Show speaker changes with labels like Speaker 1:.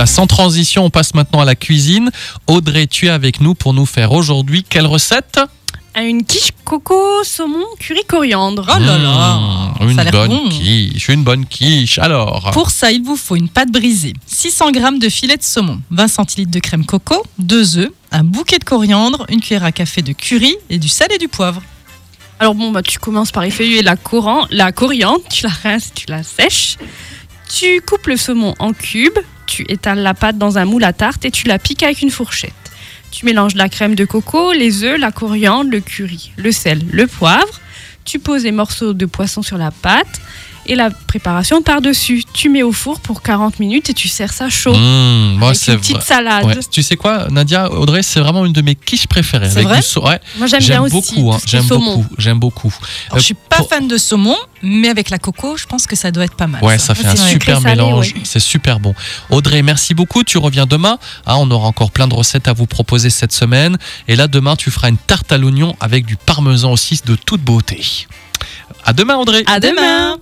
Speaker 1: Bah, Sans transition, on passe maintenant à la cuisine. Audrey, tu es avec nous pour nous faire aujourd'hui quelle recette
Speaker 2: à une quiche coco saumon curry coriandre.
Speaker 3: Oh là là
Speaker 1: Mmh,
Speaker 3: ça a
Speaker 1: Une
Speaker 3: l'air
Speaker 1: bonne
Speaker 3: bon.
Speaker 1: quiche, une bonne quiche. Alors,
Speaker 3: Pour ça, il vous faut une pâte brisée, 600 g de filet de saumon, 20 centilitres de crème coco, 2 œufs, un bouquet de coriandre, une cuillère à café de curry et du sel et du poivre.
Speaker 2: Alors bon, bah, tu commences par effeuiller la, coran- la coriandre, tu la rinces, tu la sèches. Tu coupes le saumon en cubes, tu étales la pâte dans un moule à tarte et tu la piques avec une fourchette. Tu mélanges la crème de coco, les œufs, la coriandre, le curry, le sel, le poivre. Tu poses les morceaux de poisson sur la pâte et la préparation par-dessus. Tu mets au four pour 40 minutes et tu sers ça chaud.
Speaker 1: mmh, moi,
Speaker 2: avec
Speaker 1: c'est
Speaker 2: une
Speaker 1: vrai.
Speaker 2: petite salade.
Speaker 1: Ouais. Tu sais quoi, Nadia, Audrey, c'est vraiment une de mes quiches préférées.
Speaker 3: C'est
Speaker 1: avec
Speaker 3: vrai
Speaker 1: du sau- ouais,
Speaker 2: Moi j'aime bien
Speaker 1: J'aime
Speaker 2: aussi
Speaker 1: beaucoup, hein,
Speaker 2: tout ce qui est
Speaker 1: j'aime
Speaker 2: saumon.
Speaker 1: beaucoup, j'aime beaucoup.
Speaker 3: Alors, je suis pas
Speaker 1: Euh, pour-
Speaker 3: fan de saumon, mais avec la coco, je pense que ça doit être pas mal.
Speaker 1: Ouais, ça fait un
Speaker 2: c'est vrai.
Speaker 1: super
Speaker 2: Sucré-salé,
Speaker 1: mélange,
Speaker 2: ouais.
Speaker 1: c'est super bon. Audrey, merci beaucoup, tu reviens demain. Ah, on aura encore plein de recettes à vous proposer cette semaine. Et là, demain, tu feras une tarte à l'oignon avec du parmesan au 6 de toute beauté. À demain, Audrey.
Speaker 3: À demain.